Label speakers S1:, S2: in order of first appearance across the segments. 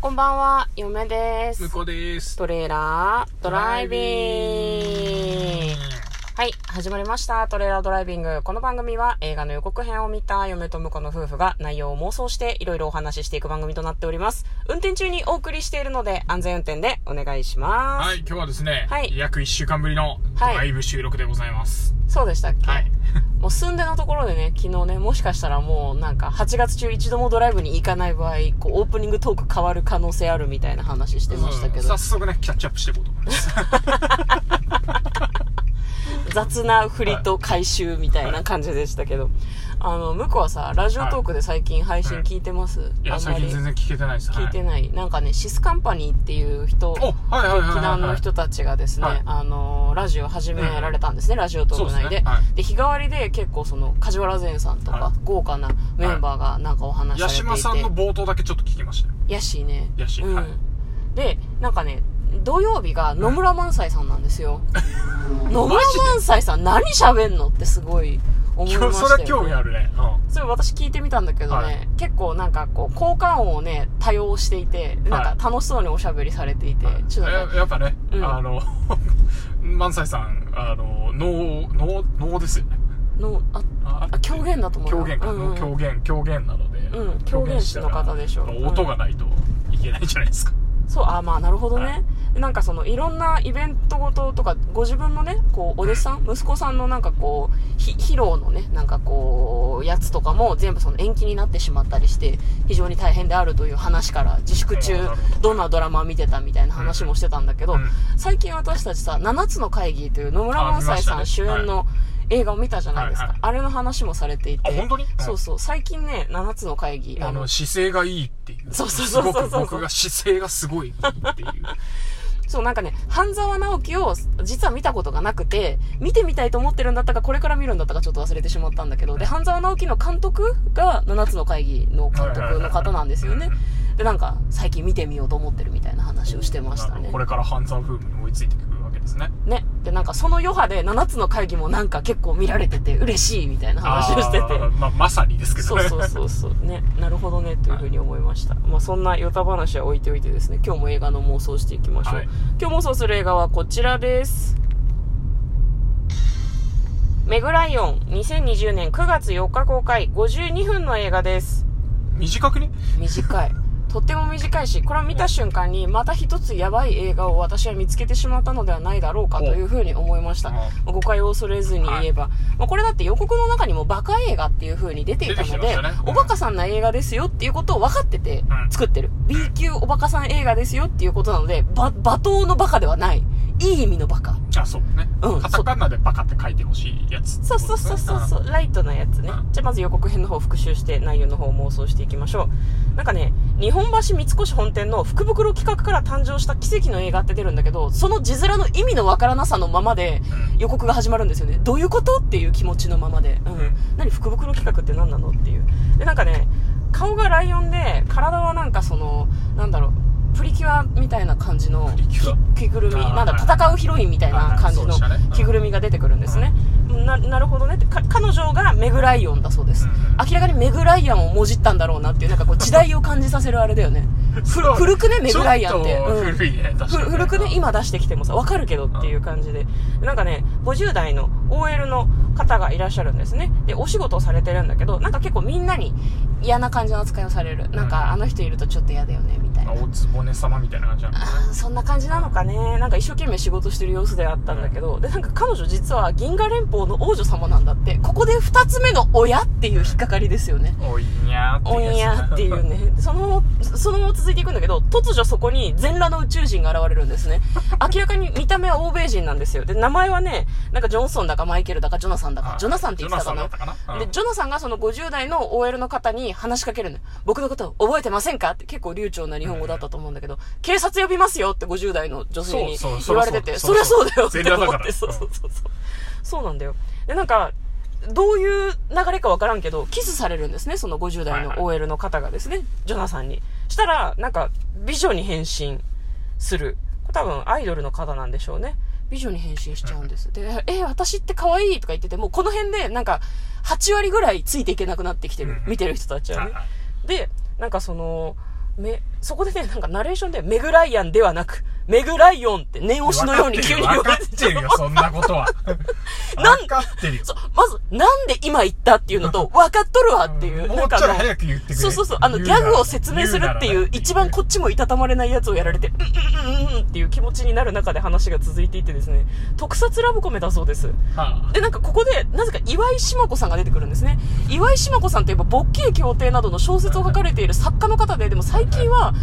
S1: こんばんは、嫁です
S2: 向。こうです。
S1: トレーラードライビング。はい、始まりました。トレーラードライビング。この番組は映画の予告編を見た嫁と婿の夫婦が内容を妄想していろいろお話ししていく番組となっております。運転中にお送りしているので安全運転でお願いします。
S2: はい、今日はですね、
S1: はい
S2: 約1週間ぶりのド
S1: はい
S2: ライブ収録でございます。
S1: そうでしたっけ、
S2: はい。
S1: もう寸出のところでね、昨日ね、もしかしたらもうなんか8月中一度もドライブに行かない場合、こうオープニングトーク変わる可能性あるみたいな話してましたけど
S2: 早、速ね、キャッチアップしていこうと思 います。
S1: 雑な振りと回収みたいな感じでしたけど、あの向こうはさラジオトークで最近配信聞いてます、
S2: いや、
S1: あんま
S2: 最
S1: り
S2: 近全然聞けてないです。
S1: 聞いて
S2: はい、
S1: ない、なんかねシスカンパニーっていう人
S2: お、はいはいはいはい、はい。
S1: 劇団の人たちがですね、
S2: はい
S1: あのラジオ始められたんですね、ラジオトーク内
S2: そう
S1: で
S2: ですねはい
S1: で日替わりで結構その梶原善さんとか、
S2: はい
S1: 豪華なメンバーがなんかお話しされ
S2: 八
S1: ていて、
S2: 島さんの冒頭だけちょっと聞きましたよ。
S1: ヤシーね
S2: ヤシー
S1: うん
S2: はい
S1: でなんかね土曜日が野村萬斎さんなんです よ野村萬斎さん何喋んのってすごい思い
S2: 今
S1: ま
S2: 日、
S1: し
S2: そ
S1: た
S2: れは
S1: よ、
S2: 興味
S1: ね
S2: あ、るね。う
S1: それ私聞いてみたんだけどね、
S2: はい
S1: 結構なんかこう交換音をね多用していてなんか楽しそうにおしゃべりされていて、
S2: ん。
S1: ちょっとなんか
S2: ややっぱね、
S1: うん
S2: あの、 萬斎さん、あの、能、能、能ですよね。
S1: のあ
S2: あ
S1: あ狂言だと思うよ
S2: 狂言か、
S1: うんうん
S2: 狂言狂言なので、
S1: うん狂言師の方でしょ
S2: 狂言たら音がないといけないじゃないですか、
S1: そうあまあなるほどね、
S2: はい
S1: なんかそのいろんなイベントごととかご自分のねこうお弟子さん息子さんのなんかこうひ披露のねなんかこうやつとかも全部その延期になってしまったりして非常に大変であるという話から自粛中
S2: うんなるほど
S1: どんなドラマ見てたみたいな話もしてたんだけど、
S2: うんうん
S1: 最近私たちさ「7つの会議」という野村萬斎さ
S2: あ見
S1: ん
S2: ました
S1: 主
S2: ね
S1: 演の映画を見たじゃないですか、
S2: はいはい
S1: あれの話もされていて
S2: あ本当にうん
S1: そうそう最近ね7つの会議
S2: あの姿勢がいいっていう
S1: そうそうそうそうそう
S2: すごく僕が姿勢がすごいいいっていう
S1: そう、なんかね、半沢直樹を実は見たことがなくて、見てみたいと思ってるんだったか、これから見るんだったかちょっと忘れてしまったんだけど、で、半沢直樹の監督が7つの会議の監督の方なんですよね
S2: うんうん。
S1: で、なんか、最近見てみようと思ってるみたいな話をしてました
S2: なるほ
S1: ね
S2: どこ。れから半沢ブームに追いついてくるわけですね
S1: ね。で、なんかその余波で7つの会議もなんか結構見られてて嬉しいみたいな話をしてて。
S2: あーまあ、まさにですけど
S1: そう
S2: ね
S1: そうそうそう。ね。なるほどね、というふうに思いました。まあそんなヨタ話は置いておいてですね、今日も映画の妄想をしていきましょう。
S2: はい
S1: 今日妄想する映画はこちらです。メグライオン、2020年9月4日公開、52分の映画です。
S2: 短くね
S1: 短い。とっても短いし、これを見た瞬間に、また一つやばい映画を私は見つけてしまったのではないだろうかというふうに思いました。誤解を恐れずに言えば、まあこれだって予告の中にもバカ映画っていう風に出ていたの
S2: 出て
S1: で、
S2: きてましたねうん
S1: おバカさんな映画ですよっていうことを分かってて
S2: うん
S1: 作ってる、B 級おバカさん映画ですよっていうことなのでば罵倒のバカではないいい意味のバカ
S2: あそうね、
S1: うん
S2: カタカナでバカって書いてほしいやつ
S1: そうそうそうそうそう、ライトなやつね
S2: うん
S1: じゃあまず予告編の方を復習して内容の方を妄想していきましょうなんかね日本橋三越本店の福袋企画から誕生した奇跡の映画って出るんだけどその字面の意味のわからなさのままで
S2: うん
S1: 予告が始まるんですよねどういうことっていう気持ちのままで、うん
S2: うん
S1: 何福袋企画って何なのっていうでなんかね顔がライオンで体はなんかそのなんだろうプリキュアみたいな感じの
S2: プリキュア
S1: 着ぐるみ
S2: あー
S1: なんだろう
S2: はいはい
S1: 戦うヒロインみたいな感じの
S2: はいはいそうでしたねうん
S1: 着ぐるみが出てくるんですねななるほどねってか彼女がメグライオンだそうです
S2: うんうん
S1: 明らかにメグライアンをもじったんだろうなっていうなんかこう時代を感じさせるあれだよねふ
S2: そう
S1: 古くねメグライアンって
S2: ちょっと
S1: うん
S2: 古いね、確
S1: ふ
S2: かに
S1: 古くね今出してきてもさ分かるけどっていう感じでなんかね50代の OL の方がいらっしゃるんですねでお仕事をされてるんだけどなんか結構みんなに嫌な感じの扱いをされるなん
S2: うん
S1: かあの人いるとちょっと嫌だよねみたいな
S2: おつぼね様みたいな感じなの
S1: あーそんな感じなのかねなんか一生懸命仕事してる様子ではあったんだけどでなんか彼女実は銀河連邦の王女様なんだってここで2つ目の親っていう引っかかりですよね
S2: おいにゃーって
S1: おんやっていう ねそのそのまま続いていくんだけど突如そこに全裸の宇宙人が現れるんですね明らかに見た目は欧米人なんですよで名前はねなんかジョンソンだかマイケルだかジョナサンだかジョナサンって言ってたかな
S2: ジョナサンだったかな
S1: で、ジョナさんがその50代の OL の方に話しかけるのよ。僕のこと覚えてませんかって結構流暢な日本語だったと思うんだけど、警察呼びますよって50代の女性に
S2: そうそう
S1: 言
S2: そりゃ
S1: わ
S2: そ
S1: れ
S2: う
S1: てて、
S2: そ
S1: そ
S2: り
S1: り
S2: ゃ
S1: ゃ
S2: そ
S1: そううだよって
S2: 全
S1: 思
S2: 裸だ
S1: っ
S2: か
S1: て、
S2: ら
S1: そうそうそうそう。そうなんだよ。で、なんか、どういう流れかわからんけど、キスされるんですね、その50代
S2: はい
S1: の
S2: は
S1: OL の方がですね、ジョナさんに。したら、なんか、美女に変身する。多分、アイドルの方なんでしょうね。美女に変身しちゃうんです。で、え、私って可愛いとか言ってて、もうこの辺で、なんか、8割ぐらいついていけなくなってきてる。
S2: うん
S1: 見てる人たちはね
S2: はいは。
S1: で、なんかその、め、そこでね、なんかナレーションで、メグライアンではなく、メグライオンって念押しのように急に言わ
S2: 分か
S1: れ、
S2: っててるよ、分かってるよそんなことは。
S1: なん
S2: 分かってるよ。
S1: そうまず、なんで今言ったっていうのと、分かっとるわっていう、
S2: もうち
S1: なん
S2: ょっ
S1: か
S2: と
S1: あの、
S2: 早く言ってくれ。
S1: そうそうそう、あの、ギ
S2: 言な
S1: ャ
S2: ら
S1: グを説明するっていう、一番こっちもいたたまれないやつをやられて、うんうんうんうんっていう気持ちになる中で話が続いていってですね、特撮ラブコメだそうです。
S2: は
S1: で、なんかここで、なぜか岩井島子さんが出てくるんですね。岩井島子さんといえば、勃起協定などの小説を書かれている作家の方で、でも最近は、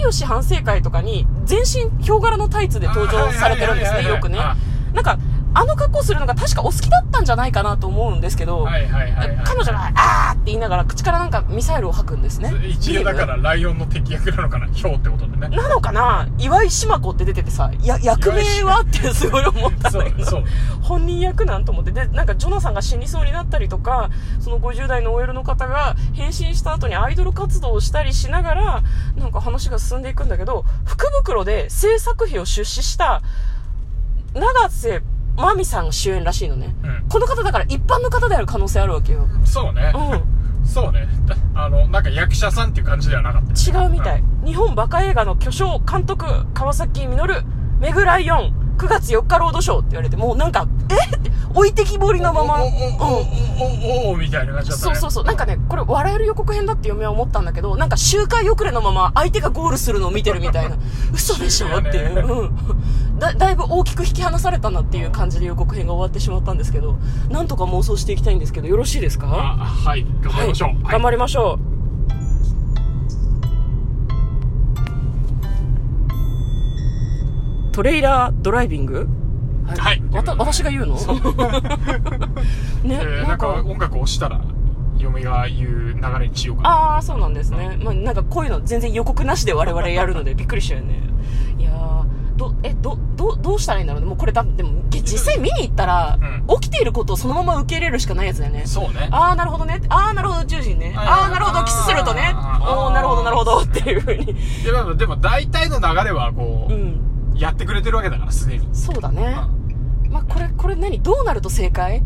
S1: 有吉反省会とかに、全身ヒョウ柄のタイツで登場されてるんです
S2: あは
S1: ね、
S2: いはいはいはい
S1: よくね
S2: あ。
S1: なんか、あの格好するのが確かお好きだったんじゃないかなと思うんですけ
S2: あ
S1: ど、
S2: はいはいはいはい。
S1: 彼女が、あーって言いながら、口からなんかミサイルを吐くんですね。
S2: 一応だから、ライオンの敵役なのかな、ヒョウってことで ね。
S1: なのかな岩井島子って出ててさ、や、役名はってすごい思ったん
S2: そ
S1: だけ
S2: う、
S1: ど。
S2: そう。
S1: 本人役なんと思ってでなんかジョナさんが死にそうになったりとかその50代の OL の方が変身した後にアイドル活動をしたりしながらなんか話が進んでいくんだけど福袋で制作費を出資した永瀬真美さんが主演らしいのね、
S2: うん
S1: この方だから一般の方である可能性あるわけ よ、
S2: そうね。
S1: うん、
S2: そうね。だあの、なんか役者さんっていう感じではなかった。
S1: 違うみたい、日本バカ映画の巨匠監督川崎実メグライオン9月4日ロードショーって言われてもうなんかえって置いてきぼりのまま
S2: おおおお
S1: うん
S2: おおおみたいな感じだった
S1: そ
S2: ね。
S1: うそうそう。なんかね、これ笑える予告編だって嫁は思ったんだけど、なんか周回遅れのまま相手がゴールするのを見てるみたいな。嘘でしょっていう。うん。だ、だいぶ大きく引き離されたなっていう感じで予告編が終わってしまったんですけど、なんとか妄想していきたいんですけど、よろしいですか
S2: あ、はい。頑張りましょう。
S1: はい頑張りましょう。トレイラードライビング
S2: はい。はい
S1: わた、私が言うの ね、
S2: えーなんか音楽を押したら、嫁が言う流れにしようかな。
S1: ああそうなんですね、まあ、なんかこういうの全然予告なしで我々やるのでびっくりしたよねいやーどえどどどうしたらいいんだろうねもうこれだでもげ実際見に行ったら、
S2: う
S1: 起きていることをそのまま受け入れるしかないやつだよね
S2: そうね。
S1: ああなるほどねああなるほど10時ね
S2: はい
S1: ああなるほどキスするとね
S2: あー
S1: おおなるほどなるほどっていうふうに
S2: でも、でも大体の流れはこ
S1: う
S2: う、
S1: ん
S2: やってくれてるわけだから、すでに。
S1: そうだね
S2: うん
S1: まあこれこれ何どうなると正解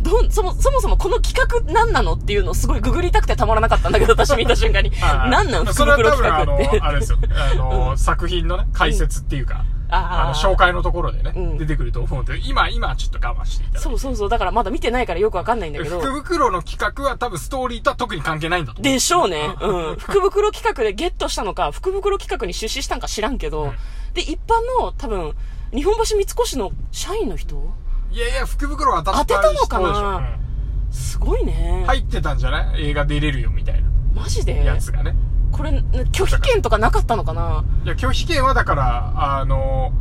S1: どうそもそもそもこの企画何なのっていうのをすごいググりたくてたまらなかったんだけど私見た瞬間に 何なん福
S2: それは
S1: 袋
S2: 多分、あ
S1: 企画って
S2: の、あれですよ。あの、作品のね、解説っていうか、あの、
S1: ー
S2: 紹介のところでね、
S1: うん
S2: 出てくると思うんで、今、今、ちょっと我慢していただいて
S1: そうそうそう。だからまだ見てないからよくわかんないんだけど。
S2: 福袋の企画は多分ストーリーとは特に関係ないんだと思う。
S1: でしょうね。 うん。福袋企画でゲットしたのか、福袋企画に出資したんか知らんけど。で、一般の多分、日本橋三越の社員の人
S2: いやいや、福袋は当たった
S1: 当てたのかな
S2: 人でしょうん
S1: すごいね。
S2: 入ってたんじゃない映画出れるよみたいな
S1: マジで
S2: やつがね。
S1: これ、拒否権とかなかったのかない
S2: や、拒否権はだから、あの、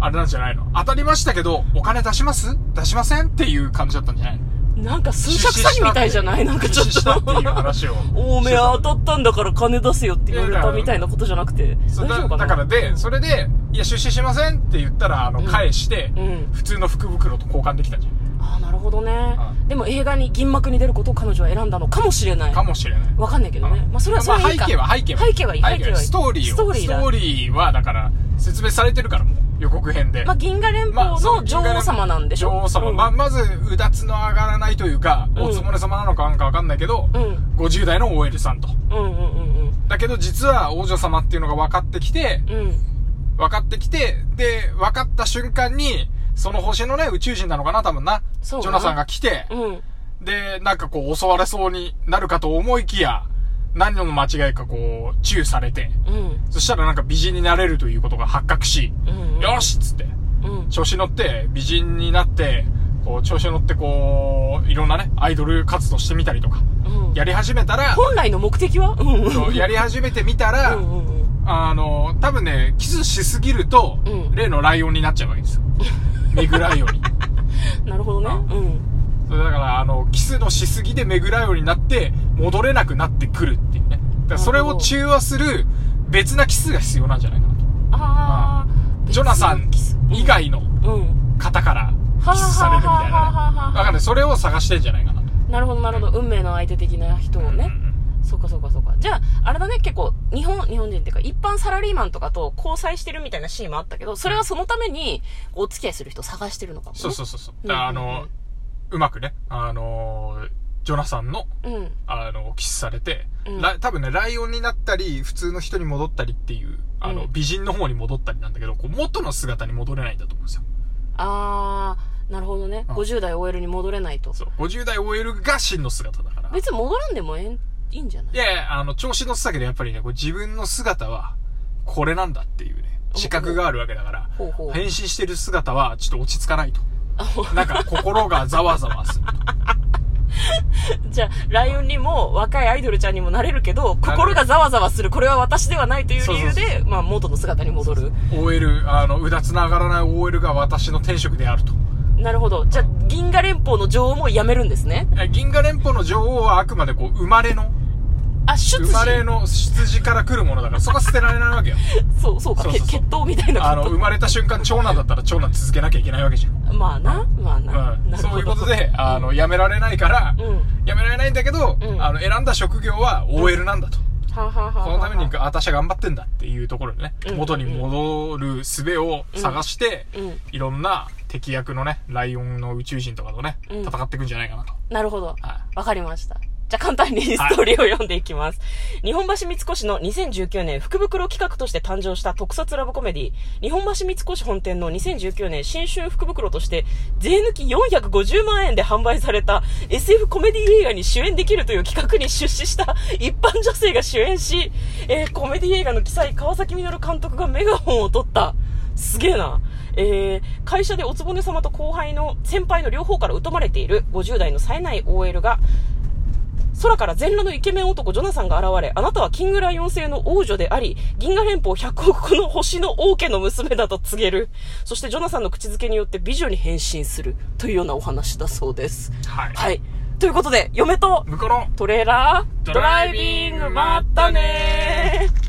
S2: あれなんじゃないの当たりましたけど、お金出します出しませんっていう感じだったんじゃないの
S1: なんか寸尺詐欺みたいじゃないなんかちょ
S2: 出資した
S1: っ
S2: っていう
S1: と。
S2: 話を。
S1: おめ当たったんだから金出せよって言われたみたいなことじゃなくて。
S2: そ
S1: 大
S2: うだ
S1: 丈夫かな
S2: だからで、それで、いや、出資しませんって言ったら、あの、返して、
S1: うん
S2: 普通の福袋と交換できたんじゃ
S1: ああ、なるほどね
S2: あ。
S1: でも映画に銀幕に出ることを彼女は選んだのかもしれない
S2: ん。かもしれない。
S1: わかんないけどね。まあ、それはそれはいいか。
S2: まあ背景は、背景は。
S1: 背景はいい、背景はいい。
S2: ストーリー
S1: ス
S2: を。
S1: トーリー
S2: スト
S1: だ。
S2: ーリーは、だから、説明されてるから、もう、予告編で。
S1: まあ、銀河連邦の女王様なんでしょ
S2: 女王様。
S1: うん
S2: まあ、まず、うだつの上がらないというか、
S1: うん
S2: おつもれ様なのかなんかわかんないけど、
S1: うん
S2: 50代の OL さんと。
S1: うんうんうん
S2: だけど、実は王女様っていうのが分かってきて、
S1: うん。うん。
S2: 分かってきて、で、分かった瞬間に、その星のね、宇宙人なのかな、多分な。
S1: そうね
S2: ジョナさんが来て、
S1: うん。
S2: で、なんかこう、襲われそうになるかと思いきや、何の間違いかこう、チューされて、
S1: うん。
S2: そしたらなんか美人になれるということが発覚し、
S1: うん。
S2: よしっつって、
S1: うん。
S2: 調子乗って美人になって、こう、調子乗ってこう、いろんなね、アイドル活動してみたりとか、
S1: うん。
S2: やり始めたら、
S1: 本来の目的はうんうん。
S2: そうやり始めてみたら、
S1: うんうんうん。
S2: あの、多分ね、キスしすぎると、
S1: うん
S2: 例のライオンになっちゃうわけですよ。 メグライオンに。
S1: なるほどね。うん。
S2: それだから、あの、キスのしすぎでめぐらいようになって、戻れなくなってくるっていうね。だからそれを中和する別なキスが必要なんじゃないかなと。
S1: ああ。
S2: ジョナサン以外の
S1: うん。
S2: 方からキスされるみたい
S1: はははは
S2: な
S1: は
S2: ね。だからね、それを探してんじゃないかなと。
S1: なるほどなるほど。運命の相手的な人をね。そうかそうかそうか。じゃあ、あれだね、結構、日本、日本人っていうか、一般サラリーマンとかと交際してるみたいなシーンもあったけど、それはそのために、お付き合いする人を探してるのかも、ね。。
S2: そうそううそうそう。
S1: ん
S2: だからあの、うまくね、あのージョナサンの、
S1: うん。
S2: あの、キスされて、
S1: うん
S2: ら多分ね、ライオンになったり、普通の人に戻ったりっていう、あの、
S1: うん
S2: 美人の方に戻ったりなんだけど、こう、元の姿に戻れないんだと思うんですよ。
S1: あー、なるほどね。
S2: うん
S1: 50代 OL に戻れないと。
S2: そう。50代 OL が真の姿だから。い
S1: 別に戻らんでもええんいいんじゃない
S2: やいや、あの、調子乗ってたけど、やっぱりね、こう自分の姿は、これなんだっていうね、自覚があるわけだから、
S1: ほうほう。
S2: 変身してる姿は、ちょっと落ち着かないと。
S1: あほ
S2: なんか、心がざわざわすると。
S1: じゃあ、ライオンにも若いアイドルちゃんにもなれるけど、心がざわざわする。これは私ではないという理由
S2: そうそう
S1: で、まあ元の姿に戻る。
S2: OL、あの、うだつながらない OL が私の天職であると。
S1: なるほど。じゃあ、銀河連邦の女王もやめるんですね。
S2: え銀河連邦の女王はあくまでこう、生まれの、
S1: あ、出
S2: 生まれ
S1: 自。
S2: の出自から来るものだから、そこは捨てられないわ けよ。
S1: そう、そうか。
S2: そう
S1: け
S2: そうそう
S1: 血統みたいな
S2: あ
S1: こ
S2: の、生まれた瞬間、長男だったら長男続けなきゃいけないわけじゃん。
S1: と。まあな、まあな。
S2: うん。
S1: なる
S2: そう
S1: ほ
S2: いう
S1: ど。
S2: ことで、あの、辞められないから、
S1: うん。は
S2: 辞められないんだけど、
S1: うん
S2: あの、選んだ職業は OL なんだと。
S1: あはあはあはあ
S2: このために、私は頑張ってんだっていうところでね
S1: う、ん
S2: 元に戻る術を探して、
S1: うん。
S2: いろんな敵役のね、ライオンの宇宙人とかとね、
S1: うん
S2: 戦っていくんじゃないかなと。
S1: なるほど。
S2: はい。
S1: わかりました。じゃあ簡単にストーリーを読んでいきます。日本橋三越の2019年福袋企画として誕生した特撮ラブコメディ、日本橋三越本店の2019年新春福袋として税抜き450万円で販売された SF コメディ映画に主演できるという企画に出資した 一般女性が主演し、えーコメディ映画の記載川崎実監督がメガホンを取った。すげえな。えー会社でおつぼね様と後輩の先輩の両方から疎まれている50代の冴えない OL が空から全裸のイケメン男ジョナサンが現れ、あなたはキングライオン星の王女であり、銀河連邦100億個の星の王家の娘だと告げる。そしてジョナサンの口づけによって美女に変身する。というようなお話だそうです。
S2: はい。
S1: はい。ということで、嫁と
S2: 向こうの
S1: トレーラー、
S2: ドライビング
S1: まったねー